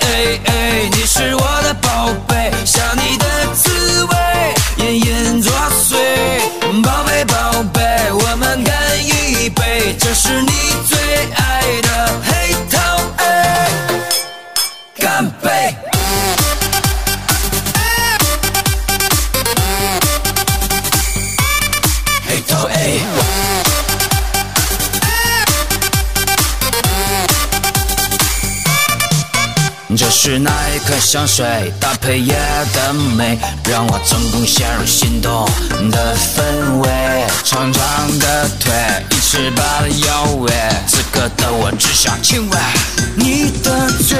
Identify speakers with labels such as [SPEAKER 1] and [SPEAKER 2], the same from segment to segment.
[SPEAKER 1] 哎哎，你是我的宝贝，想你的滋味，掩掩作祟。宝贝宝贝，我们干一杯，这是你最爱的黑桃 A，干杯！哎黑桃哎 A。这是那一刻香水搭配夜的美，让我成功陷入心动的氛围。长长的腿，一尺八的腰围，此刻的我只想亲吻你的嘴。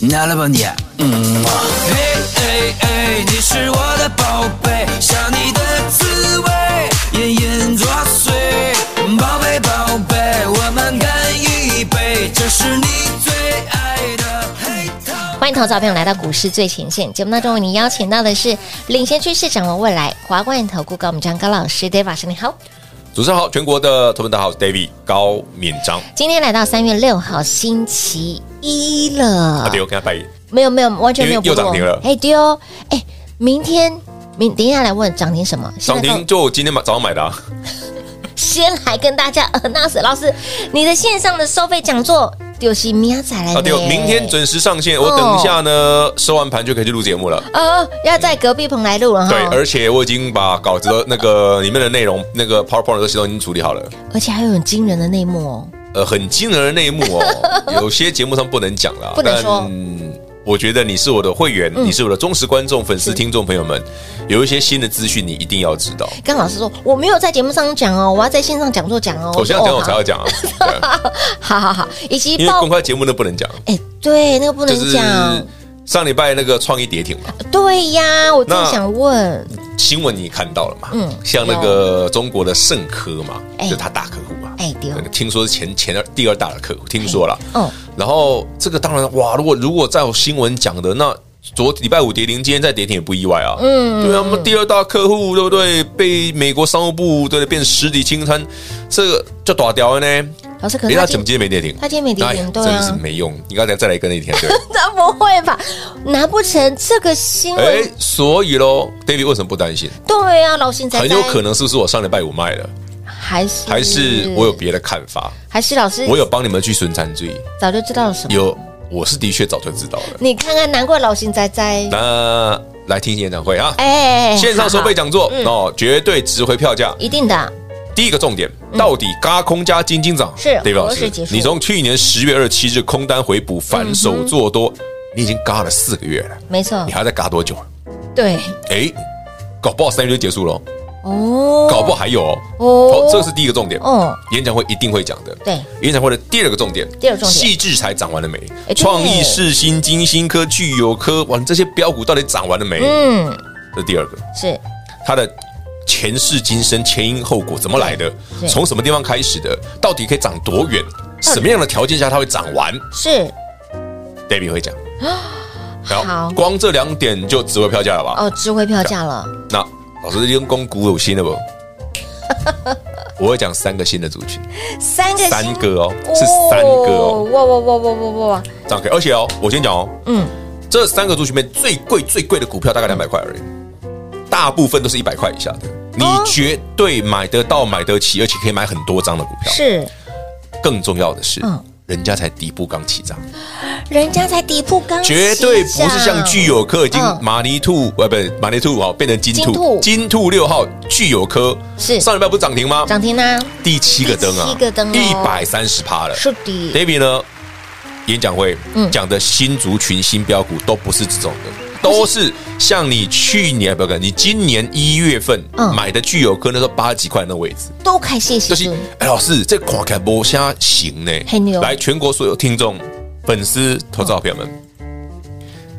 [SPEAKER 1] 拿来吧你，嗯。嘿，哎哎，你是我的宝贝，想你的滋味，隐隐作祟。宝贝宝贝，我们干一杯，这是你最爱的黑桃。
[SPEAKER 2] 欢迎投资者朋友来到股市最前线节目当中，为您邀请到的是领先趋势、掌握未来华冠投顾高敏章高老师，David 老师你好。
[SPEAKER 3] 主持人好，全国的投资大家好，我是 David 高敏章。
[SPEAKER 2] 今天来到三月六号星期一了
[SPEAKER 3] 啊，，对，我跟他拜，
[SPEAKER 2] 没有没有完全没有
[SPEAKER 3] 因为
[SPEAKER 2] 不过
[SPEAKER 3] 又涨停了
[SPEAKER 2] 哎丢哎，明天明等一下来问涨停什么？现
[SPEAKER 3] 涨
[SPEAKER 2] 在
[SPEAKER 3] 停就今天买早上买的、啊，
[SPEAKER 2] 先来跟大家 announce，老师你的线上的收费讲座就是明天再来呢
[SPEAKER 3] 啊对，明天准时上线。我等一下呢，收完盘就可以去录节目了。
[SPEAKER 2] 哦要在隔壁棚来录了哈，
[SPEAKER 3] 对，而且我已经把稿子的那个里面的内容，那个 PowerPoint 的系统已经处理好了。
[SPEAKER 2] 而且还有很惊人的内幕哦，
[SPEAKER 3] 呃，很惊人的内幕 哦，有些节目上不能讲啦，
[SPEAKER 2] 不能说嗯
[SPEAKER 3] 但我觉得你是我的会员，你是我的忠实观众、粉丝、听众朋友们，有一些新的资讯你一定要知道。
[SPEAKER 2] 哎刚老师说我没有在节目上讲哦，我要在线上讲座讲哦，
[SPEAKER 3] 我现在
[SPEAKER 2] 说
[SPEAKER 3] 讲我才要
[SPEAKER 2] 哦
[SPEAKER 3] 讲啊， 对
[SPEAKER 2] 好好好，好以及
[SPEAKER 3] 因为
[SPEAKER 2] 报
[SPEAKER 3] 公开节目那不能讲。
[SPEAKER 2] 哎对那个不
[SPEAKER 3] 就
[SPEAKER 2] 能
[SPEAKER 3] 是
[SPEAKER 2] 讲，
[SPEAKER 3] 上礼拜那个创意跌停嘛，
[SPEAKER 2] 对呀，我正
[SPEAKER 3] 那
[SPEAKER 2] 想问，
[SPEAKER 3] 新闻你看到了嘛？
[SPEAKER 2] 嗯
[SPEAKER 3] 像那个中国的盛科嘛，
[SPEAKER 2] 哎
[SPEAKER 3] 就他大客户嘛，
[SPEAKER 2] 哎对哦
[SPEAKER 3] 那个听说是前前二第二大的客户，听说了。
[SPEAKER 2] 嗯
[SPEAKER 3] 然后这个当然哇，如果如果在我新闻讲的那。昨礼拜五跌停，今天再跌停也不意外啊。嗯，对啊，我们第二大客户对不对？被美国商务部对变实体清单，这个就打掉了呢。
[SPEAKER 2] 老师可
[SPEAKER 3] 诶
[SPEAKER 2] 是
[SPEAKER 3] 他
[SPEAKER 2] 他
[SPEAKER 3] 怎么
[SPEAKER 2] 今
[SPEAKER 3] 今天没跌停？
[SPEAKER 2] 他今天没跌停
[SPEAKER 3] 哎
[SPEAKER 2] 对啊
[SPEAKER 3] 真 的是没用。你刚才再来跟那一天，对。
[SPEAKER 2] 那不会吧？拿不成这个新闻？
[SPEAKER 3] 哎，所以喽，David 为什么不担心？
[SPEAKER 2] 对啊，老新仔
[SPEAKER 3] 很有可
[SPEAKER 2] 能
[SPEAKER 3] 能是不是我上礼拜五卖了，
[SPEAKER 2] 还是
[SPEAKER 3] 还是我有别的看法？
[SPEAKER 2] 还是老师
[SPEAKER 3] 我有帮你们去顺餐追，
[SPEAKER 2] 早就知道了什么？
[SPEAKER 3] 有，我是的确早就知道了。
[SPEAKER 2] 你看看，难怪老新仔仔
[SPEAKER 3] 那来听演唱会啊，
[SPEAKER 2] 哎，
[SPEAKER 3] 线上收费
[SPEAKER 2] 好
[SPEAKER 3] 讲座哦，绝对值回票价
[SPEAKER 2] 好。一定的，
[SPEAKER 3] 第一个重点，到底嘎空加金金涨
[SPEAKER 2] 嗯是
[SPEAKER 3] David 老
[SPEAKER 2] 何时
[SPEAKER 3] 师
[SPEAKER 2] 结，束嗯
[SPEAKER 3] 你从去年十月二十七日空单回补，反手做多，你已经嘎了四个月了，
[SPEAKER 2] 没错
[SPEAKER 3] 你，还在嘎多久？
[SPEAKER 2] 对
[SPEAKER 3] 哎，搞不好三月就结束了哦，
[SPEAKER 2] 哦，
[SPEAKER 3] 搞不好还有哦。
[SPEAKER 2] 哦
[SPEAKER 3] 哦，这个是第一个重点。
[SPEAKER 2] 哦，
[SPEAKER 3] 演讲会一定会讲的。
[SPEAKER 2] 对，
[SPEAKER 3] 演讲会的第二个重点，
[SPEAKER 2] 第二个重点哎
[SPEAKER 3] 细致才涨完了没
[SPEAKER 2] 对？
[SPEAKER 3] 创意、世新、金星科、聚友科，哇，这些标股到底涨完了没？
[SPEAKER 2] 嗯，
[SPEAKER 3] 这是第二个，
[SPEAKER 2] 是
[SPEAKER 3] 它的前世今生、前因后果怎么来的
[SPEAKER 2] 对？
[SPEAKER 3] 从什么地方开始的？到底可以涨多远？什么样的条件下它会涨完
[SPEAKER 2] 是
[SPEAKER 3] ？David 会讲。
[SPEAKER 2] 好
[SPEAKER 3] 光这两点就值回票价了吧？
[SPEAKER 2] 哦，值回票价了，
[SPEAKER 3] 那老师用公股有新的 不？我会讲三个新的族群，
[SPEAKER 2] 三个
[SPEAKER 3] 三
[SPEAKER 2] 新
[SPEAKER 3] 个哦，是三个哦，
[SPEAKER 2] 哇哇哇哇哇哇哇，
[SPEAKER 3] 这样可以。而且哦，我先讲哦，
[SPEAKER 2] 嗯，
[SPEAKER 3] 这三个族群里面最贵最贵的股票大概两百块而已，大部分都是一百块以下的，
[SPEAKER 2] 哦
[SPEAKER 3] 你绝对买得到、买得起，而且可以买很多张的股票。
[SPEAKER 2] 是
[SPEAKER 3] 更重要的是
[SPEAKER 2] 嗯，啊
[SPEAKER 3] 人家才底部刚起涨，
[SPEAKER 2] 人家才底部刚起
[SPEAKER 3] 绝
[SPEAKER 2] 涨，
[SPEAKER 3] 对不是像巨友科已经
[SPEAKER 2] 嗯
[SPEAKER 3] 马尼兔呃，不是马尼兔哦，变成金
[SPEAKER 2] 金兔
[SPEAKER 3] 兔，金兔六号巨友科
[SPEAKER 2] 是
[SPEAKER 3] 上礼拜不涨停吗？
[SPEAKER 2] 涨停啦，
[SPEAKER 3] 第七个灯啊，
[SPEAKER 2] 第七个灯哦
[SPEAKER 3] 一百三十趴了。
[SPEAKER 2] 是的，
[SPEAKER 3] David 呢，演讲会
[SPEAKER 2] 嗯
[SPEAKER 3] 讲的新族群、新标股都不是这种的，都是像你去年不是你今年一月份
[SPEAKER 2] 嗯
[SPEAKER 3] 买的具有科那时候八十几块那位置，
[SPEAKER 2] 都开谢谢
[SPEAKER 3] 就是哎，老师这看起来不瞎行呢
[SPEAKER 2] 很牛。
[SPEAKER 3] 来，全国所有听众，粉丝、投资好朋友们。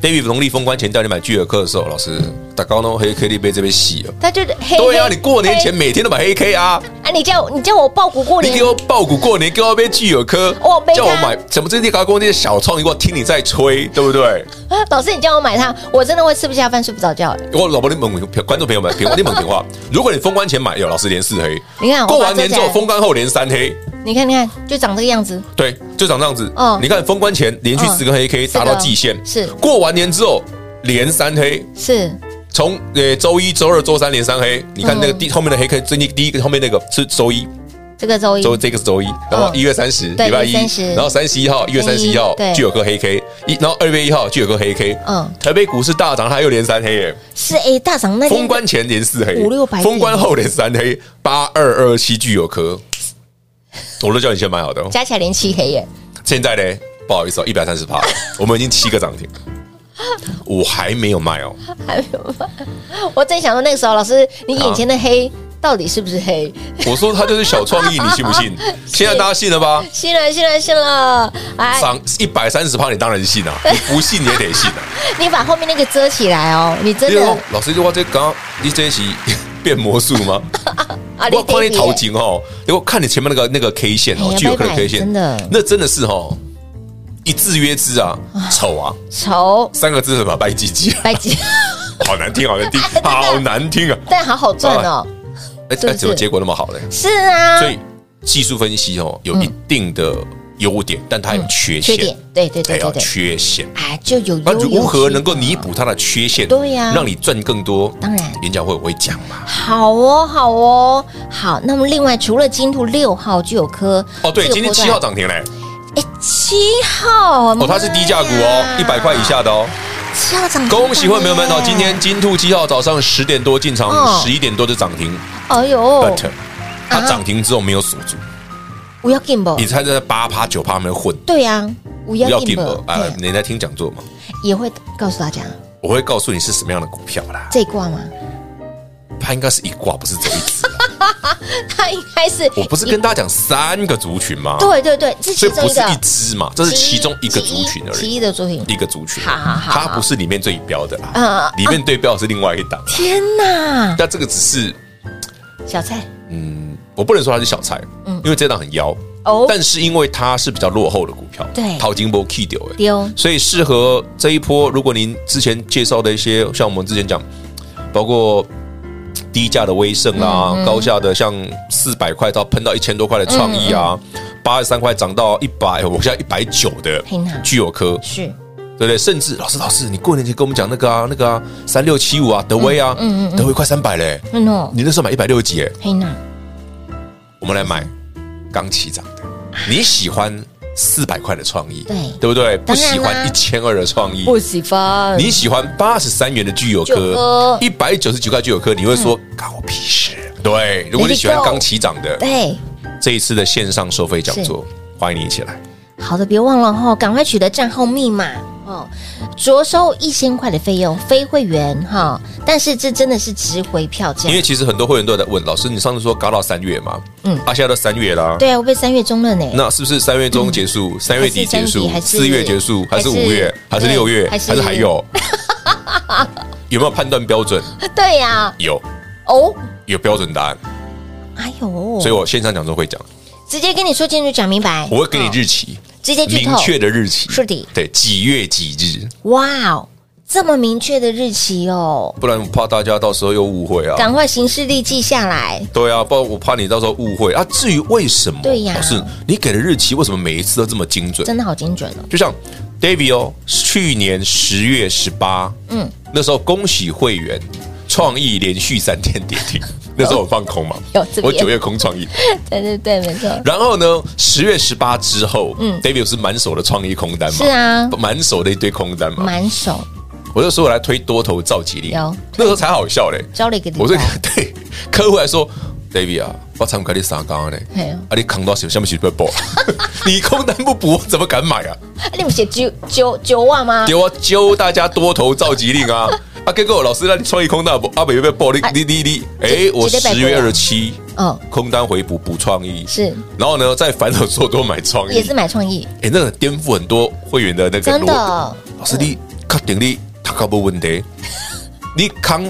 [SPEAKER 3] David 农历封关前带你买聚尔克的时候，老师打高呢黑 K D 被这边洗了。
[SPEAKER 2] 他就是嘿
[SPEAKER 3] 对啊，
[SPEAKER 2] 嘿
[SPEAKER 3] 你过年前
[SPEAKER 2] 嘿
[SPEAKER 3] 每天都买黑 K 啊，
[SPEAKER 2] 啊，你叫你叫我报股过
[SPEAKER 3] 你
[SPEAKER 2] 年
[SPEAKER 3] 给，我爆股过年，给我杯聚友科
[SPEAKER 2] 我哦没，啊
[SPEAKER 3] 叫我
[SPEAKER 2] 看
[SPEAKER 3] 买什么这些高工那些小创，你给我听你在吹，对不对？
[SPEAKER 2] 啊老师你叫我买它，我真的会吃不下饭睡不着觉。欸
[SPEAKER 3] 我老婆你猛观众朋友们，评你猛评话，如果你封关前买，有老师连四黑，
[SPEAKER 2] 你看我
[SPEAKER 3] 过
[SPEAKER 2] 把
[SPEAKER 3] 完
[SPEAKER 2] 它遮
[SPEAKER 3] 年
[SPEAKER 2] 起
[SPEAKER 3] 之后
[SPEAKER 2] 来
[SPEAKER 3] 封关后连三黑，
[SPEAKER 2] 你看你看，就长这个样子，
[SPEAKER 3] 对，就长这样子。
[SPEAKER 2] 哦
[SPEAKER 3] 你看封关前连续四根黑 K
[SPEAKER 2] 四个
[SPEAKER 3] 达到极限，
[SPEAKER 2] 是
[SPEAKER 3] 过完年之后连三黑，
[SPEAKER 2] 是
[SPEAKER 3] 从呃周一、周二、周三连三黑。你看那个
[SPEAKER 2] 嗯
[SPEAKER 3] 第后面的黑 K，最近第一个后面那个是周一，
[SPEAKER 2] 这个周一
[SPEAKER 3] 周这个是周一，然后
[SPEAKER 2] 嗯
[SPEAKER 3] 一月三十
[SPEAKER 2] 对
[SPEAKER 3] 礼拜一
[SPEAKER 2] 1月30，
[SPEAKER 3] 然后三十一号一月三十一号
[SPEAKER 2] 对
[SPEAKER 3] 就有个黑 K，一然后二月一号就有个黑 K。
[SPEAKER 2] 嗯
[SPEAKER 3] 台北股市大涨，它又连三黑耶。
[SPEAKER 2] 是哎大涨那
[SPEAKER 3] 封
[SPEAKER 2] 天
[SPEAKER 3] 关前连四黑，
[SPEAKER 2] 五六百点
[SPEAKER 3] 封关后连三黑，八二二七具有科，我都叫你先买好的哦。
[SPEAKER 2] 加起来连漆黑耶，
[SPEAKER 3] 现在呢，不好意思哦，一百三十趴，我们已经七个涨停，我还没有卖哦。
[SPEAKER 2] 还没有吧？我正想说那个时候老师，你眼前的
[SPEAKER 3] 啊
[SPEAKER 2] 黑到底是不是黑？
[SPEAKER 3] 我说它就是小创意，你信不 信？现在大家信了吧？
[SPEAKER 2] 信了信了信了，哎，
[SPEAKER 3] 涨一百三十趴，你当然信啊，你不信也得信啊。
[SPEAKER 2] 你把后面那个遮起来哦，你真
[SPEAKER 3] 你说
[SPEAKER 2] 的
[SPEAKER 3] 老师，我这刚刚你这一期 变魔术吗？
[SPEAKER 2] 啊，
[SPEAKER 3] 我看你
[SPEAKER 2] 得
[SPEAKER 3] 头颈哦，我看你前面那个那个 K 线
[SPEAKER 2] 哎
[SPEAKER 3] 哦
[SPEAKER 2] 呀，
[SPEAKER 3] 具有科
[SPEAKER 2] 拜拜
[SPEAKER 3] K 线，
[SPEAKER 2] 真的
[SPEAKER 3] 那真的是哦，一字约之啊，丑啊，
[SPEAKER 2] 丑
[SPEAKER 3] 三个字是什么？白唧唧，
[SPEAKER 2] 白吉，
[SPEAKER 3] 好难听，好难听，好难听啊！
[SPEAKER 2] 但好好赚哦，
[SPEAKER 3] 哎，
[SPEAKER 2] 是不
[SPEAKER 3] 哎
[SPEAKER 2] 是
[SPEAKER 3] 怎么结果那么好嘞？
[SPEAKER 2] 是啊
[SPEAKER 3] 所，以技术分析哦，有一定的优点，但它有缺
[SPEAKER 2] 嗯缺
[SPEAKER 3] 陷，
[SPEAKER 2] 点对对
[SPEAKER 3] 它
[SPEAKER 2] 对
[SPEAKER 3] 有
[SPEAKER 2] 对对，
[SPEAKER 3] 哎缺陷。
[SPEAKER 2] 啊就有
[SPEAKER 3] 那
[SPEAKER 2] 优有
[SPEAKER 3] 如何
[SPEAKER 2] 缺
[SPEAKER 3] 能够弥
[SPEAKER 2] 啊
[SPEAKER 3] 补它的缺陷？
[SPEAKER 2] 对呀
[SPEAKER 3] 让你赚更多。
[SPEAKER 2] 当然
[SPEAKER 3] 演讲会我会讲嘛。
[SPEAKER 2] 好哦，好哦，好。那么另外，除了金兔六号就有科
[SPEAKER 3] 哦，对，今天七号，涨停嘞，
[SPEAKER 2] 哎，七号
[SPEAKER 3] 哦，它是低价股
[SPEAKER 2] 嗯
[SPEAKER 3] 哦，一百块以，下的哦。
[SPEAKER 2] 妈呀七号涨，
[SPEAKER 3] 恭喜会员们哦！今天，金兔七号早上十点多进场，
[SPEAKER 2] 嗯
[SPEAKER 3] 十一点多就涨停
[SPEAKER 2] 哎呦，
[SPEAKER 3] ，but 它涨停之后没有锁住，
[SPEAKER 2] 我要 game 不
[SPEAKER 3] 你？猜在八趴九趴没有混，
[SPEAKER 2] 对呀，我
[SPEAKER 3] 不
[SPEAKER 2] 要
[SPEAKER 3] 要
[SPEAKER 2] game
[SPEAKER 3] game
[SPEAKER 2] 哦不？
[SPEAKER 3] 啊
[SPEAKER 2] 哎！
[SPEAKER 3] 你在听讲座嘛？
[SPEAKER 2] 也会告诉大家
[SPEAKER 3] 我会告诉你是什么样的股票啦，
[SPEAKER 2] 这一卦吗？
[SPEAKER 3] 它应该是一挂，不是走一只。
[SPEAKER 2] 它应该是
[SPEAKER 3] 我不是跟大家讲三个族群吗？，
[SPEAKER 2] 对对对，这
[SPEAKER 3] 所
[SPEAKER 2] 其
[SPEAKER 3] 以
[SPEAKER 2] 中
[SPEAKER 3] 不
[SPEAKER 2] 一
[SPEAKER 3] 是
[SPEAKER 2] 个
[SPEAKER 3] 一只嘛，这是其中一个
[SPEAKER 2] 其
[SPEAKER 3] 族群而
[SPEAKER 2] 其
[SPEAKER 3] 已，
[SPEAKER 2] 一的族群。
[SPEAKER 3] 一个族群。
[SPEAKER 2] 好好好
[SPEAKER 3] 它不是里面最标的
[SPEAKER 2] 嗯
[SPEAKER 3] 啦
[SPEAKER 2] 嗯，
[SPEAKER 3] 里面最标的是另外一档。
[SPEAKER 2] 天哪，
[SPEAKER 3] 但这个只是，
[SPEAKER 2] 小菜
[SPEAKER 3] 嗯，我不能说它是小菜，因为这档很妖。
[SPEAKER 2] 哦，
[SPEAKER 3] 但是因为它是比较落后的股票，
[SPEAKER 2] 对
[SPEAKER 3] 淘金波 key 掉哎，
[SPEAKER 2] 丢
[SPEAKER 3] 所以适合这一波。如果您之前介绍的一些，像我们之前讲，包括低价的威盛啦，
[SPEAKER 2] 嗯
[SPEAKER 3] 高价的像四百块到喷到一千多块的创意
[SPEAKER 2] 嗯
[SPEAKER 3] 啊，八十三块涨到一百，我现在一百九的
[SPEAKER 2] 嘿呐
[SPEAKER 3] 具有科，
[SPEAKER 2] 是
[SPEAKER 3] 对不对？甚至老师老师，你过年前跟我们讲那个啊，那个啊，三六七五啊，德威啊，德威快三百嘞，
[SPEAKER 2] 嗯哦，
[SPEAKER 3] 你那时候买一百六十几哎，
[SPEAKER 2] 黑娜
[SPEAKER 3] 我们来买刚起涨的。你喜欢四百块的创意，
[SPEAKER 2] 对
[SPEAKER 3] 对不对？不
[SPEAKER 2] 当然啦
[SPEAKER 3] 喜欢一千二的创意，
[SPEAKER 2] 喜欢
[SPEAKER 3] 你喜欢八十三元的聚友
[SPEAKER 2] 聚友科
[SPEAKER 3] 科，一百九十九块聚友科，你会说搞我屁事。对，如果你喜欢
[SPEAKER 2] 嗯 Let it go
[SPEAKER 3] 刚起涨的，
[SPEAKER 2] 对。
[SPEAKER 3] 这一次的线上收费讲座，欢迎你一起来。
[SPEAKER 2] 好的，别忘了哈、赶快取得账号密码哦，着收一千块的费用，非会员哈、但是这真的是值回票价
[SPEAKER 3] 因。为其实很多会员都有在问老师，你上次说搞到三月嘛，嗯，啊，现在都三月啦，
[SPEAKER 2] 对啊，我被三月中了呢。
[SPEAKER 3] 那是不是三月中结束、三月底结束
[SPEAKER 2] 嗯还、是三
[SPEAKER 3] 四
[SPEAKER 2] 月底还是
[SPEAKER 3] 月结束，还是
[SPEAKER 2] 还是
[SPEAKER 3] 五月，还是
[SPEAKER 2] 对
[SPEAKER 3] 六月，
[SPEAKER 2] 还
[SPEAKER 3] 还
[SPEAKER 2] 是
[SPEAKER 3] 是还有？ 有没有判断标准？
[SPEAKER 2] 对呀、
[SPEAKER 3] 有，
[SPEAKER 2] 哦，
[SPEAKER 3] 有标准答案，
[SPEAKER 2] 哎呦，
[SPEAKER 3] 所以我线上讲座会讲，
[SPEAKER 2] 直接跟你说清楚讲明白，
[SPEAKER 3] 我会给你
[SPEAKER 2] 哦
[SPEAKER 3] 日期，
[SPEAKER 2] 直接剧
[SPEAKER 3] 明
[SPEAKER 2] 透，
[SPEAKER 3] 确的日期，
[SPEAKER 2] 是的
[SPEAKER 3] 对，几月几日，
[SPEAKER 2] 哇哦，这么明确的日期哦，
[SPEAKER 3] 不然我怕大家到时候又误会啊。
[SPEAKER 2] 赶快行事历记下来。
[SPEAKER 3] 对啊，不然我怕你到时候误会啊。至于为什么，
[SPEAKER 2] 对呀
[SPEAKER 3] 老师，你给的日期为什么每一次都这么精准？
[SPEAKER 2] 真的好精准 哦！
[SPEAKER 3] 就像 David 哦，去年十月十八，嗯，那时候恭喜会员创意连续三天跌 停，那时候我放空嘛
[SPEAKER 2] 哦有这，边
[SPEAKER 3] 我九月空创意，
[SPEAKER 2] 对对对，没错，
[SPEAKER 3] 然后呢，十月十八之后，嗯，David 是满手的创意空单嘛，
[SPEAKER 2] 是啊
[SPEAKER 3] 满手的一堆空单嘛，
[SPEAKER 2] 满手
[SPEAKER 3] 我就说我来推多头召集令
[SPEAKER 2] 有，
[SPEAKER 3] 那时候才好笑嘞，
[SPEAKER 2] 招了一个礼啊
[SPEAKER 3] 我就
[SPEAKER 2] 拜，
[SPEAKER 3] 对客户来说，David 啊，我参加你三缸嘞
[SPEAKER 2] 嘿啊，
[SPEAKER 3] 啊你扛到什么什么时候爆？ 你空单不补，我怎么敢买啊？
[SPEAKER 2] 你们写九九九万吗？
[SPEAKER 3] 给我揪大家多头召集令啊！啊，结果老师让你创意空单，阿北又被爆，你
[SPEAKER 2] 啊
[SPEAKER 3] 你你你，哎，我
[SPEAKER 2] 直接被
[SPEAKER 3] 十月
[SPEAKER 2] 爆
[SPEAKER 3] 二
[SPEAKER 2] 了
[SPEAKER 3] 十七
[SPEAKER 2] 哦，
[SPEAKER 3] 空单回补补创意，
[SPEAKER 2] 是
[SPEAKER 3] 然后呢，在反手做多买创意，
[SPEAKER 2] 也是买创意，
[SPEAKER 3] 哎、那个颠覆很多会员的那个
[SPEAKER 2] 真
[SPEAKER 3] 逻辑。
[SPEAKER 2] 的哦
[SPEAKER 3] 老师，你确定你他搞不 问题？你扛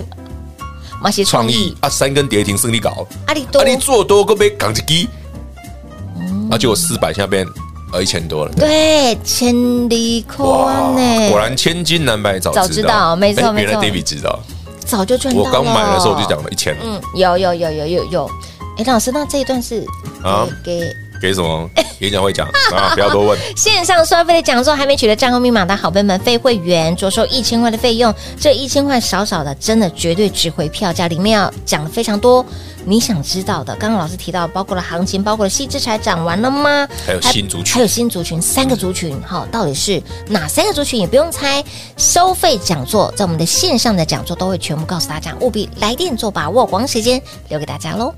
[SPEAKER 2] 马些
[SPEAKER 3] 创
[SPEAKER 2] 创
[SPEAKER 3] 意
[SPEAKER 2] 意，
[SPEAKER 3] 啊，三根跌停胜利搞，
[SPEAKER 2] 阿里多嗯
[SPEAKER 3] 啊，你做多个被扛一支，啊，结果四百下边呃一千多了。
[SPEAKER 2] 对千里宽呢，
[SPEAKER 3] 果然千金难买早
[SPEAKER 2] 早知道没错
[SPEAKER 3] 哎
[SPEAKER 2] 没
[SPEAKER 3] 原来
[SPEAKER 2] 错
[SPEAKER 3] David 知道，
[SPEAKER 2] 早就赚到
[SPEAKER 3] 我
[SPEAKER 2] 了。
[SPEAKER 3] 刚买的时候就讲，了一千，
[SPEAKER 2] 嗯，有有有有有有，哎，老师，那这一段是
[SPEAKER 3] 啊
[SPEAKER 2] 给给
[SPEAKER 3] 给什 么演讲会讲啊，不要多问。
[SPEAKER 2] 线上刷费的讲座还没取得账号密码的好朋友们，非会员着收一千块的费用，这一千块少少的，真的绝对值回票价。里面要讲的非常多，你想知道的，刚刚老师提到，包括了行情，包括了细之才涨完了吗？
[SPEAKER 3] 还有新族群
[SPEAKER 2] 还有新族群，三个族群，哈、到底是哪三个族群也不用猜。收费讲座在我们的线上的讲座都会全部告诉大家，务必来电做把握，光时间留给大家喽。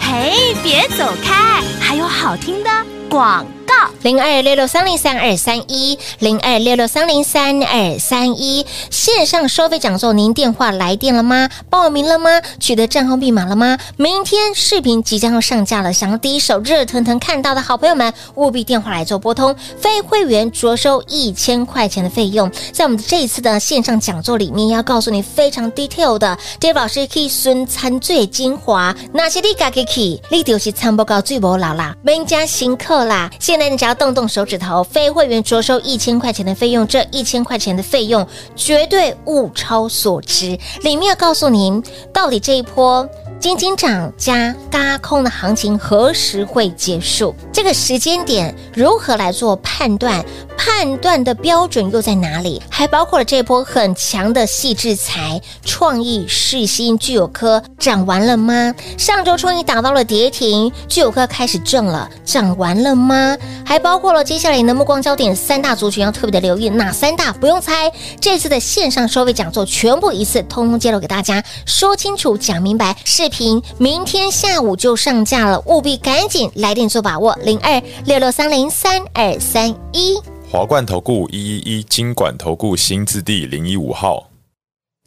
[SPEAKER 4] 嘿，别走开，还有好听的广告。
[SPEAKER 2] 零二六六三零三二三一，零二六六三零三二三一。线上收费讲座，您电话来电了吗？报名了吗？取得账号密码了吗？明天视频即将要上架了，想要第一手热腾腾看到的好朋友们，务必电话来做拨通。非会员着收一千块钱的费用，在我们这一次的线上讲座里面，要告诉你非常 detail 的 Dave 老师去孙参最精华，那些你家己去，你就是参不到最无老啦，免加新课啦。现在你只要动动手指头，非会员着收一千块钱的费用，这一千块钱的费用绝对物超所值。里面要告诉您，到底这一波。金金涨加嘎空的行情何时会结束？这个时间点如何来做判断？判断的标准又在哪里？还包括了这波很强的细制材、创意、世新、具有科涨完了吗？上周创意打到了跌停，具有科开始挣了，涨完了吗？还包括了接下来你的目光焦点三大族群要特别的留意，哪三大不用猜？这次的线上收费讲座全部一次通通揭露给大家，说清楚、讲明白。视频明天下午就上架了，务必赶紧来电做把握，零二六六三零三二三一。
[SPEAKER 5] 华冠投顾一一一金管投顾新字第零一五号，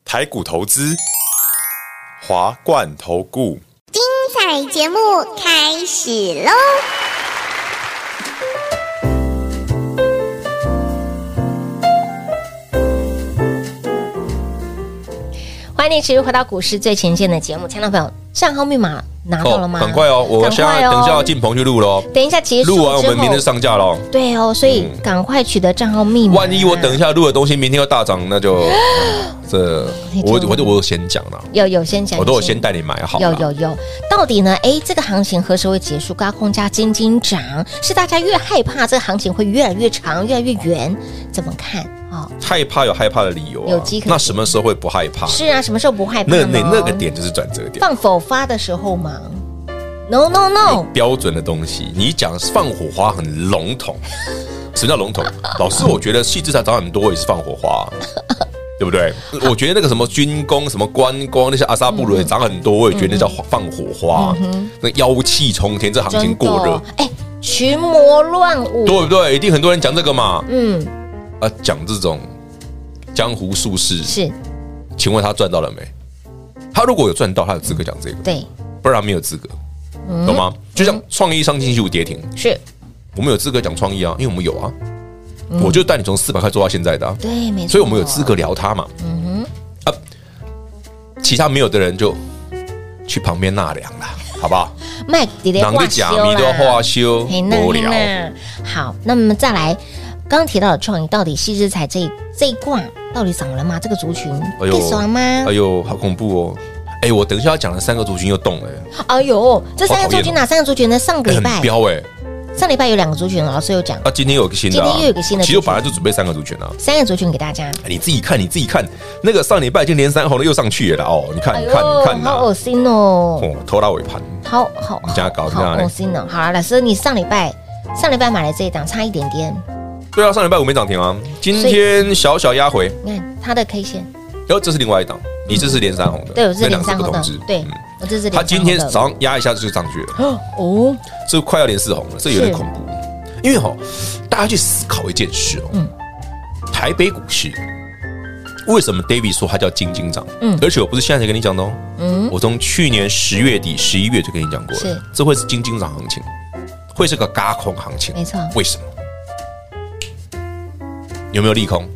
[SPEAKER 5] 台股投资，华冠投顾。
[SPEAKER 6] 彩节目开始喽！
[SPEAKER 2] 欢迎你持续回到股市最前线的节目，亲爱的朋友，账号密码拿到了吗？
[SPEAKER 3] 很快哦，我
[SPEAKER 2] 赶
[SPEAKER 3] 现
[SPEAKER 2] 快
[SPEAKER 3] 在
[SPEAKER 2] 哦
[SPEAKER 3] 等一下要进棚去录喽，
[SPEAKER 2] 等一下结束
[SPEAKER 3] 录完我
[SPEAKER 2] 之
[SPEAKER 3] 们
[SPEAKER 2] 后
[SPEAKER 3] 明天上架喽。
[SPEAKER 2] 对哦，所以赶快取得账号密码。
[SPEAKER 3] 万一我等一下录的东西明天要大涨，那就这
[SPEAKER 2] 你就
[SPEAKER 3] 我我就我有先讲了，
[SPEAKER 2] 有有先讲，
[SPEAKER 3] 我都有先带你买好啦。
[SPEAKER 2] 有有有，到底呢？哎，这个行情何时会结束？高空加金金涨，是大家越害怕这个行情会越来越长、越来越圆，怎么看？哦，
[SPEAKER 3] 害怕有害怕的理由啊，
[SPEAKER 2] 有机可
[SPEAKER 3] 那什么时候会不害怕？
[SPEAKER 2] 是啊，什么时候不害怕
[SPEAKER 3] 那
[SPEAKER 2] 呢？
[SPEAKER 3] 那那个点就是转折点，
[SPEAKER 2] 放否发的时候嘛？No No No，
[SPEAKER 3] 标准的东西。你讲放火花很笼统， 什么叫笼统？老师，我觉得细致上涨很多也是放火花啊、 对不对？我觉得那个什么军工、什么观光那些阿萨布鲁也涨很多，我也觉得那叫放火花啊，那妖气冲天，这行情过热
[SPEAKER 2] 哦，哎，群魔乱舞，
[SPEAKER 3] 对不对？一定很多人讲这个嘛，
[SPEAKER 2] 嗯，
[SPEAKER 3] 啊，讲这种江湖术士，
[SPEAKER 2] 是
[SPEAKER 3] 请问他赚到了没？他如果有赚到，他有资格讲这个。
[SPEAKER 2] 对，
[SPEAKER 3] 不然没有资格，懂吗？就像创意上星期五跌停，
[SPEAKER 2] 是
[SPEAKER 3] 我们有资格讲创意啊，因为我们有啊，
[SPEAKER 2] 嗯
[SPEAKER 3] 我就带你从四百块做到现在的、啊，
[SPEAKER 2] 对，没错，
[SPEAKER 3] 所以我们有资格聊它嘛。嗯哼，啊，其他没有的人就去旁边纳凉啦，好不好？
[SPEAKER 2] 卖你的
[SPEAKER 3] 人
[SPEAKER 2] 话
[SPEAKER 3] 的假米都化修，
[SPEAKER 2] 嘿那
[SPEAKER 3] 无聊。
[SPEAKER 2] 那好，那么再来，刚刚提到的创意，到底细之彩这一这一卦到底涨了吗？这个族群
[SPEAKER 3] 哎呦
[SPEAKER 2] 给爽吗？
[SPEAKER 3] 哎呦，好恐怖哦！哎，我等一下要讲的三个族群又动了，
[SPEAKER 2] 哎呦，这三
[SPEAKER 3] 好
[SPEAKER 2] 个
[SPEAKER 3] 讨厌
[SPEAKER 2] 族群哪三个族群呢？上个
[SPEAKER 3] 哎
[SPEAKER 2] 礼
[SPEAKER 3] 很
[SPEAKER 2] 拜
[SPEAKER 3] 彪哎。
[SPEAKER 2] 上礼拜有两个族群，老师有讲
[SPEAKER 3] 啊，今天又有一个新的啊，
[SPEAKER 2] 今天又有一个新的族群
[SPEAKER 3] 其实我本来就准备三个族群啊。
[SPEAKER 2] 三个族群给大家。
[SPEAKER 3] 哎你自己看，你自己看，那个上礼拜已经连三红了，又上去了啦哦！你看，你看，你看
[SPEAKER 2] 哎好
[SPEAKER 3] 呐
[SPEAKER 2] 恶，心哦，
[SPEAKER 3] 哦，头拉尾盘，
[SPEAKER 2] 好好
[SPEAKER 3] 你家
[SPEAKER 2] 好
[SPEAKER 3] 搞这样嘞
[SPEAKER 2] 恶心哦。好了，老师，你上礼拜上礼拜买了这一档，差一点点，
[SPEAKER 3] 对啊，上礼拜五没涨停啊，今天小小压回，
[SPEAKER 2] 你看它的 K 线，
[SPEAKER 3] 然后这是另外一档，你这是连三红的，
[SPEAKER 2] 嗯对，我这是连
[SPEAKER 3] 那两只
[SPEAKER 2] 三
[SPEAKER 3] 不
[SPEAKER 2] 红
[SPEAKER 3] 同
[SPEAKER 2] 的
[SPEAKER 3] 支，，
[SPEAKER 2] 对
[SPEAKER 3] 嗯，
[SPEAKER 2] 我这是
[SPEAKER 3] 它
[SPEAKER 2] 连
[SPEAKER 3] 今
[SPEAKER 2] 三红
[SPEAKER 3] 天
[SPEAKER 2] 的
[SPEAKER 3] 早上压一下就上去了，
[SPEAKER 2] 哦，
[SPEAKER 3] 这快要连四红了，这有点
[SPEAKER 2] 是
[SPEAKER 3] 恐怖。因
[SPEAKER 2] 嗯
[SPEAKER 3] 为哈，大家去思考一件事哦，台北股市为什么 David 说它叫金金涨？
[SPEAKER 2] 嗯
[SPEAKER 3] 而且我不是现在才跟你讲的哦，
[SPEAKER 2] 嗯，
[SPEAKER 3] 我从去年十月底、十一月就跟你讲过
[SPEAKER 2] 是
[SPEAKER 3] 了，这会是金金涨行情，会是个嘎空行情，
[SPEAKER 2] 没错
[SPEAKER 3] 为什么？有没有利空？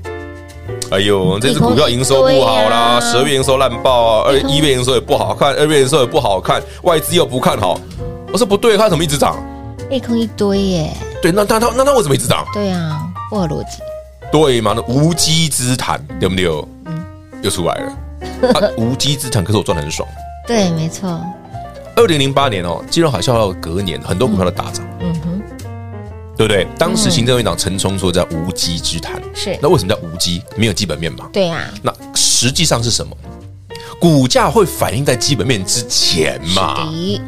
[SPEAKER 3] 哎呦，这只股票营收不好
[SPEAKER 2] 对啊
[SPEAKER 3] 啦，十二月营收烂爆啊，二一月营收也不好看，二月营收也不好看，外资又不看好。我说不对，它怎么一直涨？
[SPEAKER 2] 利哎空一堆耶，
[SPEAKER 3] 对，那那那那那为什么一直涨？
[SPEAKER 2] 对啊，不合逻辑，
[SPEAKER 3] 对嘛？那无稽之谈，对不对？哦又出来了。啊、无稽之谈，可是我赚的很爽。嗯
[SPEAKER 2] 对，没错，
[SPEAKER 3] 二零零八年哦，金融海啸后隔年，很多股票都大涨，
[SPEAKER 2] 嗯哼，嗯
[SPEAKER 3] 对不对？当时行政院长陈冲说叫无稽之谈，
[SPEAKER 2] 是
[SPEAKER 3] 那为什么叫无稽？没有基本面嘛？
[SPEAKER 2] 对啊，
[SPEAKER 3] 那实际上是什么？股价会反映在基本面之前嘛？
[SPEAKER 2] 第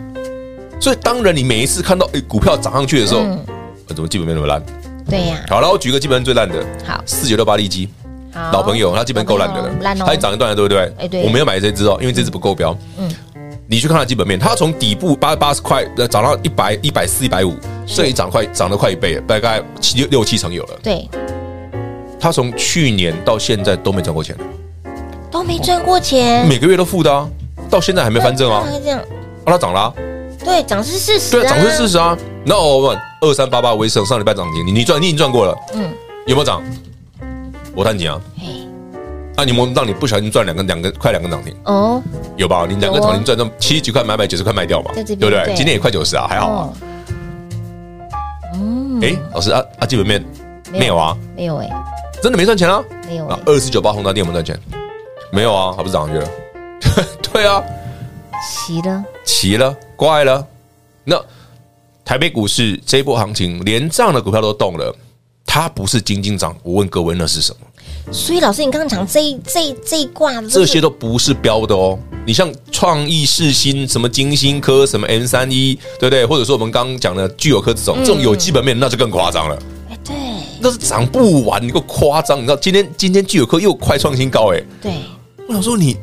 [SPEAKER 3] 所以当然，你每一次看到诶股票涨上去的时候，
[SPEAKER 2] 嗯
[SPEAKER 3] 呃怎么基本面那么烂？
[SPEAKER 2] 对啊呀，
[SPEAKER 3] 好了，我举个基本面最烂的，
[SPEAKER 2] 好
[SPEAKER 3] 四九六八利基，
[SPEAKER 2] 好
[SPEAKER 3] 老朋友，它基本够烂的
[SPEAKER 2] 老朋友
[SPEAKER 3] 了，
[SPEAKER 2] 烂哦
[SPEAKER 3] 它也涨一段了，对不对？
[SPEAKER 2] 哎对
[SPEAKER 3] 我没有买这只哦，因为这只不够标。
[SPEAKER 2] 嗯
[SPEAKER 3] 嗯，你去看它基本面，它从底部八八十块呃涨到一百一百四一百五，这里涨快涨了快一倍了，大概七六六七成有了。
[SPEAKER 2] 对，
[SPEAKER 3] 它从去年到现在都没赚过钱，
[SPEAKER 2] 都没赚过钱，
[SPEAKER 3] 每个月都负的啊，到现在还没翻正啊
[SPEAKER 2] 那，会这样，
[SPEAKER 3] 啊它涨了啊，
[SPEAKER 2] 对，涨是事实，
[SPEAKER 3] 对啊，涨是事，实啊。那我问二三八八威盛上礼拜涨停，你你赚你已经赚过了，
[SPEAKER 2] 嗯，
[SPEAKER 3] 有没有涨？我探你啊，
[SPEAKER 2] 哎，
[SPEAKER 3] 那你们让你不小心赚两个两个快两个涨停。
[SPEAKER 2] 哦，
[SPEAKER 3] 有吧？你两个
[SPEAKER 2] 有哦
[SPEAKER 3] 涨停赚赚七十几块买买九十块卖掉嘛，
[SPEAKER 2] 在这
[SPEAKER 3] 对
[SPEAKER 2] 边
[SPEAKER 3] 不对
[SPEAKER 2] 对？
[SPEAKER 3] 今天也快九十啊，还好啊。
[SPEAKER 2] 哦，嗯，
[SPEAKER 3] 哎，老师啊啊，基本面没有啊，
[SPEAKER 2] 没有哎，
[SPEAKER 3] 真的没赚钱啊。
[SPEAKER 2] 没有
[SPEAKER 3] 啊
[SPEAKER 2] 哎，，
[SPEAKER 3] 二四九八宏达店有没有赚钱？没有啊，还不是涨上去了？ 对啊，
[SPEAKER 2] 齐了，
[SPEAKER 3] 齐了，怪了。那台北股市这一波行情，连这样的股票都动了，它不是金金涨，我问各位那是什么？
[SPEAKER 2] 所以老师，你刚刚讲这一这一这一卦，
[SPEAKER 3] 这些都不是标的哦。你像创意、世新、什么金星科、什么 M 三一，对不对？或者说我们刚刚讲的具有科这种，
[SPEAKER 2] 嗯
[SPEAKER 3] 这种有基本面，那就更夸张了。
[SPEAKER 2] 哎，对
[SPEAKER 3] 那是涨不完，你够夸张！你知道今天今天聚友科又快创新高哎、
[SPEAKER 2] 对，
[SPEAKER 3] 我想说你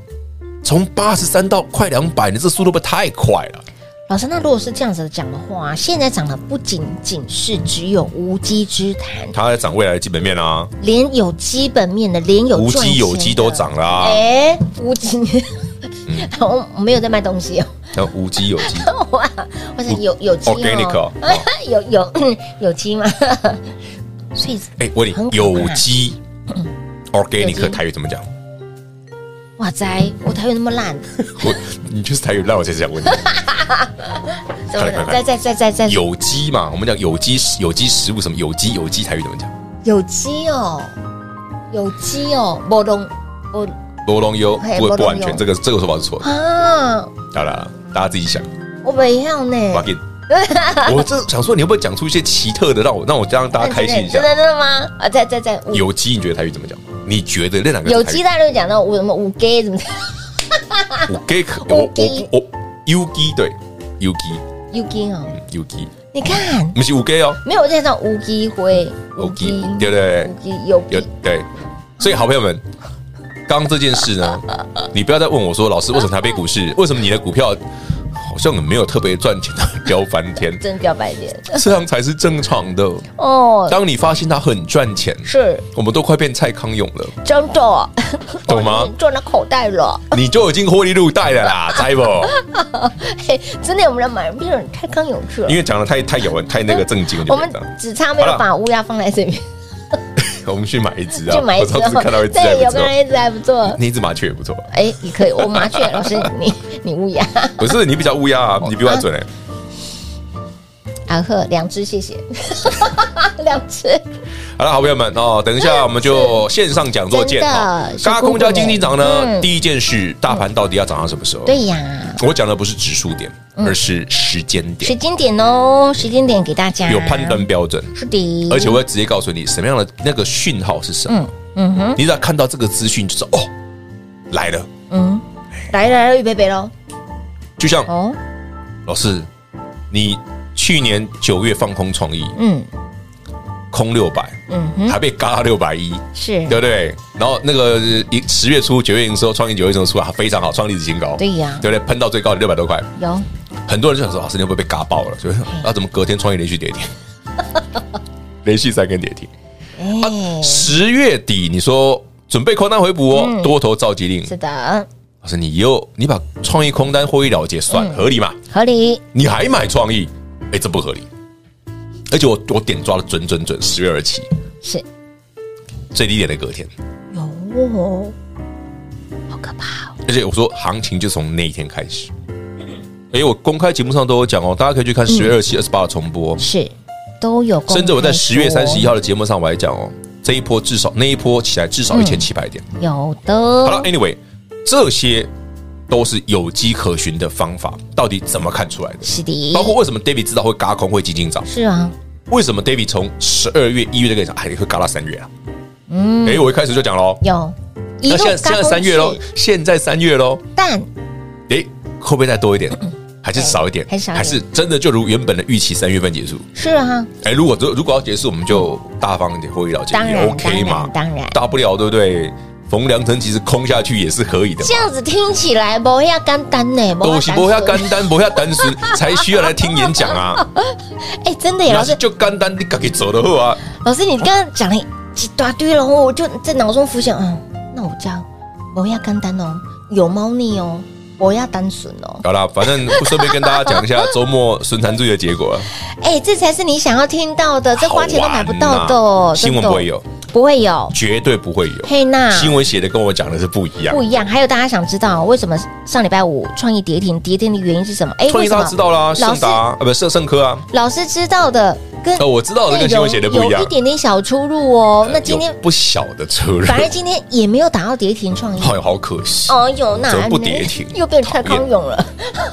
[SPEAKER 3] 从八十三到快两百，你这速度会不会太快了？
[SPEAKER 2] 老师，那如果是这样子讲的话，现在涨的不仅仅是只有无稽之谈，
[SPEAKER 3] 它在涨未来的基本面啊，
[SPEAKER 2] 连有基本面的，连有
[SPEAKER 3] 无
[SPEAKER 2] 赚钱
[SPEAKER 3] 机
[SPEAKER 2] 的
[SPEAKER 3] 有机都涨啊啦、
[SPEAKER 2] 哎，无稽， 我我没有在卖东西哦，
[SPEAKER 3] 像无机有 机
[SPEAKER 2] 哇，我想有有机
[SPEAKER 3] organic
[SPEAKER 2] 哦
[SPEAKER 3] 哦，
[SPEAKER 2] 有有 有机吗？所以
[SPEAKER 3] 哎、我问
[SPEAKER 2] 很可
[SPEAKER 3] 你，
[SPEAKER 2] 怕
[SPEAKER 3] 有机
[SPEAKER 2] 有机
[SPEAKER 3] organic 台语怎么讲？
[SPEAKER 2] 哇塞，我台语那么烂，
[SPEAKER 3] 我你就是台语烂，我才想 问你，
[SPEAKER 2] 怎么
[SPEAKER 3] 快
[SPEAKER 2] 了再
[SPEAKER 3] 快
[SPEAKER 2] 再再再再
[SPEAKER 3] 有机嘛，我们讲有机有机食物什么有机有机台语怎么讲？
[SPEAKER 2] 有机哦，有机哦，波动波
[SPEAKER 3] 罗龙油
[SPEAKER 2] 嘿
[SPEAKER 3] 不
[SPEAKER 2] 罗
[SPEAKER 3] 不
[SPEAKER 2] 龙
[SPEAKER 3] 完
[SPEAKER 2] 哎油
[SPEAKER 3] 全，这个这个说法是错 的。
[SPEAKER 2] 啊，
[SPEAKER 3] 好啦，大家自己想。
[SPEAKER 2] 我不要呢，
[SPEAKER 3] 我给，我这想说，你会不会讲出一些奇特的，让我让我让大家开心一 下
[SPEAKER 2] 真？的真的吗？啊，在在在，
[SPEAKER 3] 有机，你觉得台语怎么讲？你觉得那两个
[SPEAKER 2] 有鸡大陆讲到我什么五 G 怎么
[SPEAKER 3] 我给可
[SPEAKER 2] 有
[SPEAKER 3] 我我
[SPEAKER 2] 机
[SPEAKER 3] 不我 U 鸡对 U 鸡
[SPEAKER 2] 有 G 哦？
[SPEAKER 3] 嗯 U 鸡，
[SPEAKER 2] 你看，
[SPEAKER 3] 不是五 G 哦
[SPEAKER 2] 没有我在讲无机会，
[SPEAKER 3] 五 G 对不对
[SPEAKER 2] 无机有
[SPEAKER 3] 有
[SPEAKER 2] 机
[SPEAKER 3] 对，所以好朋友们。刚刚这件事呢，你不要再问我说，老师为什么台北股市，为什么你的股票好像没有特别赚钱，飙翻天，
[SPEAKER 2] 真表白脸
[SPEAKER 3] 这样才是正常的。
[SPEAKER 2] 哦，
[SPEAKER 3] 当你发现它很赚钱，
[SPEAKER 2] 是
[SPEAKER 3] 我们都快变蔡康永了，
[SPEAKER 2] 真的，
[SPEAKER 3] 懂吗
[SPEAKER 2] 我已经赚到口袋了，
[SPEAKER 3] 你就已经获利入袋了啦，猜不？
[SPEAKER 2] 嘿，真的我们的马变人太刚有趣了
[SPEAKER 3] 因。为讲的太太咬文，太那个正经，我
[SPEAKER 2] 我
[SPEAKER 3] 就没
[SPEAKER 2] 们
[SPEAKER 3] 讲。
[SPEAKER 2] 只差没有
[SPEAKER 3] 好
[SPEAKER 2] 把乌鸦放在这边，
[SPEAKER 3] 我们去买一只啊，
[SPEAKER 2] 就买一只
[SPEAKER 3] 我上次看到一只还
[SPEAKER 2] 对，有
[SPEAKER 3] 不
[SPEAKER 2] 个
[SPEAKER 3] 错，
[SPEAKER 2] 人一直还不错。
[SPEAKER 3] 那一只麻雀也不错。
[SPEAKER 2] 哎，也可以，我麻雀老师，你你乌鸦，
[SPEAKER 3] 不是你比较乌鸦
[SPEAKER 2] 哦
[SPEAKER 3] 啊，你比我还准哎。
[SPEAKER 2] 阿赫两只，谢 谢，两只，
[SPEAKER 3] 好了，好朋友们哦，等一下我们就线上讲座见
[SPEAKER 2] 嗯真的
[SPEAKER 3] 啊。
[SPEAKER 2] 是
[SPEAKER 3] 嘎空加经济
[SPEAKER 2] 嗯
[SPEAKER 3] 涨呢，第一件事，大盘到底要涨到什么时候？
[SPEAKER 2] 对呀，
[SPEAKER 3] 我讲的不是指数点，而是时间
[SPEAKER 2] 时
[SPEAKER 3] 点，
[SPEAKER 2] 间点哦，时间点给嗯大家
[SPEAKER 3] 有判断，标准。
[SPEAKER 2] 是的，
[SPEAKER 3] 而且我会直接告诉你什么样的那个讯号是什么。
[SPEAKER 2] 嗯哼，
[SPEAKER 3] 你只要看到这个资讯，就说哦，来了。
[SPEAKER 2] 嗯，来来了，预备备喽，
[SPEAKER 3] 就像
[SPEAKER 2] 哦，
[SPEAKER 3] 老师，你去年九月放空创意，
[SPEAKER 2] 嗯
[SPEAKER 3] 空六百，
[SPEAKER 2] 嗯哼，
[SPEAKER 3] 还被嘎六百一，
[SPEAKER 2] 是
[SPEAKER 3] 对，不对？然后那个一十月初、九月营收，创意九月营收出来非常好，创历史新高，
[SPEAKER 2] 对呀
[SPEAKER 3] 对不对？喷到最高六百多块，
[SPEAKER 2] 有
[SPEAKER 3] 很多人就想说，老师你会不会被嘎爆了？所以那啊怎么隔天创意连续跌停？连续三根跌停。啊
[SPEAKER 2] 哎，
[SPEAKER 3] 十月底你说准备空单回补哦，
[SPEAKER 2] 嗯
[SPEAKER 3] 多头召集令。
[SPEAKER 2] 是的，
[SPEAKER 3] 老师，你又你把创意空单获利了结
[SPEAKER 2] 嗯
[SPEAKER 3] 算、合理嘛？
[SPEAKER 2] 合理，
[SPEAKER 3] 你还买创意？哎，这不合理。而且我我点抓的准准准，十月二七
[SPEAKER 2] 是
[SPEAKER 3] 最低点的隔天，
[SPEAKER 2] 有哦，好可怕哦，
[SPEAKER 3] 而且我说行情就从那一天开始。哎，我公开节目上都有讲哦，大家可以去看十月二七、二十八的重播哦，
[SPEAKER 2] 是都有公开说，
[SPEAKER 3] 甚至我在十月三十一号的节目上我还讲哦，这一波至少那一波起来至少一千七百点。
[SPEAKER 2] 有的，
[SPEAKER 3] 好了，Anyway，这些都是有迹可循的方法，到底怎么看出来的？
[SPEAKER 2] 是的，
[SPEAKER 3] 包括为什么 David 知道会嘎空会基金涨？
[SPEAKER 2] 是啊，
[SPEAKER 3] 为什么 David 从十二月、一月就跟你讲，哎，你会嘎到三月啊？嗯，哎，我一开始就讲喽，
[SPEAKER 2] 有，一
[SPEAKER 3] 那
[SPEAKER 2] 路
[SPEAKER 3] 现在现
[SPEAKER 2] 高
[SPEAKER 3] 在
[SPEAKER 2] 峰
[SPEAKER 3] 三月喽
[SPEAKER 2] 是，
[SPEAKER 3] 现在三月喽，
[SPEAKER 2] 但
[SPEAKER 3] 哎，会不会再多一点？还是少一点？
[SPEAKER 2] 嗯哎还是少一点
[SPEAKER 3] 还是真的就如原本的预期，三月份结束？
[SPEAKER 2] 是啊，
[SPEAKER 3] 哎，如果如果要结束，我们就大方一点，会议了解
[SPEAKER 2] 当
[SPEAKER 3] 也
[SPEAKER 2] 然
[SPEAKER 3] ，OK 嘛？
[SPEAKER 2] 当然当然
[SPEAKER 3] 大不了对不对？逢良辰其实空下去也是可以的嘛
[SPEAKER 2] 这。样子听起来不要简单呢，
[SPEAKER 3] 都是不
[SPEAKER 2] 要
[SPEAKER 3] 要干单，不要单纯，才需要来听演讲 啊！
[SPEAKER 2] 哎，真的耶，
[SPEAKER 3] 要
[SPEAKER 2] 老
[SPEAKER 3] 是
[SPEAKER 2] 师，
[SPEAKER 3] 就干单，你自己走的话啊，
[SPEAKER 2] 老师，你刚刚讲了一大堆了哦，我就在脑中浮现，嗯，那我这样不要简单哦，有猫腻哦，不要单纯哦，
[SPEAKER 3] 好啦，反正顺便跟大家讲一下周末损残罪的结果啊，
[SPEAKER 2] 哎，这才是你想要听到的，这花钱都买不到的
[SPEAKER 3] 好玩啊
[SPEAKER 2] 哦，
[SPEAKER 3] 呐新
[SPEAKER 2] 真
[SPEAKER 3] 闻
[SPEAKER 2] 的哦
[SPEAKER 3] 不会，有，
[SPEAKER 2] 不会有，
[SPEAKER 3] 绝对不会有。
[SPEAKER 2] 嘿娜，
[SPEAKER 3] 新闻写的跟我讲的是不一样
[SPEAKER 2] 不，一样。还有大家想知道为什么上礼拜五创意跌停，跌停的原因是什么？哎，
[SPEAKER 3] 创
[SPEAKER 2] 为
[SPEAKER 3] 意
[SPEAKER 2] 什
[SPEAKER 3] 大
[SPEAKER 2] 么
[SPEAKER 3] 家知道啦，
[SPEAKER 2] 老
[SPEAKER 3] 盛
[SPEAKER 2] 师
[SPEAKER 3] 达啊，不是盛科啊，
[SPEAKER 2] 老师知道的跟
[SPEAKER 3] 呃，我知道的跟
[SPEAKER 2] 内
[SPEAKER 3] 新
[SPEAKER 2] 容
[SPEAKER 3] 闻写的不一
[SPEAKER 2] 哎有
[SPEAKER 3] 样呃
[SPEAKER 2] 一，点点小出入哦。那今天
[SPEAKER 3] 有不小的车入，
[SPEAKER 2] 反而今天也没有打到跌停创意。
[SPEAKER 3] 好好可惜，
[SPEAKER 2] 哦哟，那
[SPEAKER 3] 怎么不
[SPEAKER 2] 还没
[SPEAKER 3] 跌停
[SPEAKER 2] 又变成蔡康永了。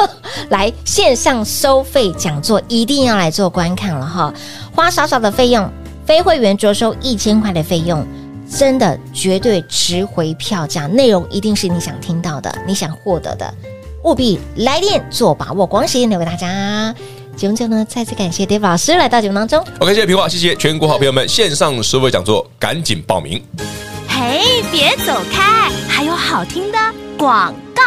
[SPEAKER 2] 来线上收费讲座一定要来做观看了哈，花少少的费用，非会员着收一千块的费用。真的绝对值回票价，内容一定是你想听到的，你想获得的，务必来电做把握。光时间留给大家，节目最后呢，再次感谢 Dave 老师来到节目当中。
[SPEAKER 3] OK，谢谢平话，谢谢全国好朋友们线上收费讲座，赶紧报名。
[SPEAKER 4] 嘿，别走开，还有好听的广告。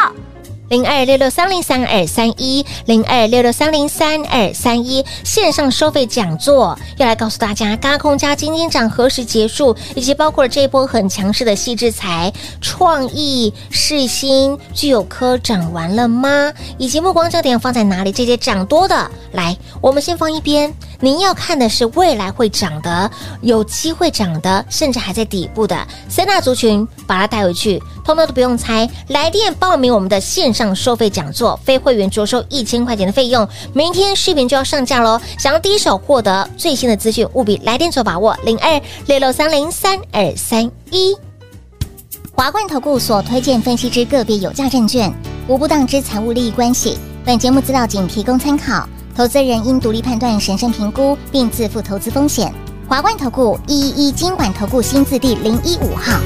[SPEAKER 2] 零二六六三零三二三一，零二六六三零三二三一线上收费讲座，要来告诉大家，嘎空加金金涨何时结束，以及包括了这一波很强势的细制材、创意、世新、具有科涨完了吗？以及目光焦点放在哪里？这些涨多的，来，我们先放一边。您要看的是未来会涨的、有机会涨的，甚至还在底部的三大族群，把它带回去，通通都不用猜。来电报名我们的线上收费讲座，非会员着收一千块钱的费用。明天视频就要上架喽，想要第一手获得最新的资讯，务必来电做把握零二六六三零三二三一。
[SPEAKER 6] 华冠投顾所推荐分析之个别有价证券，无不当之财务利益关系。本节目资料仅提供参考，投资人应独立判断、审慎评估，并自负投资风险。华冠投顾一一一金管投顾新字第零一五号。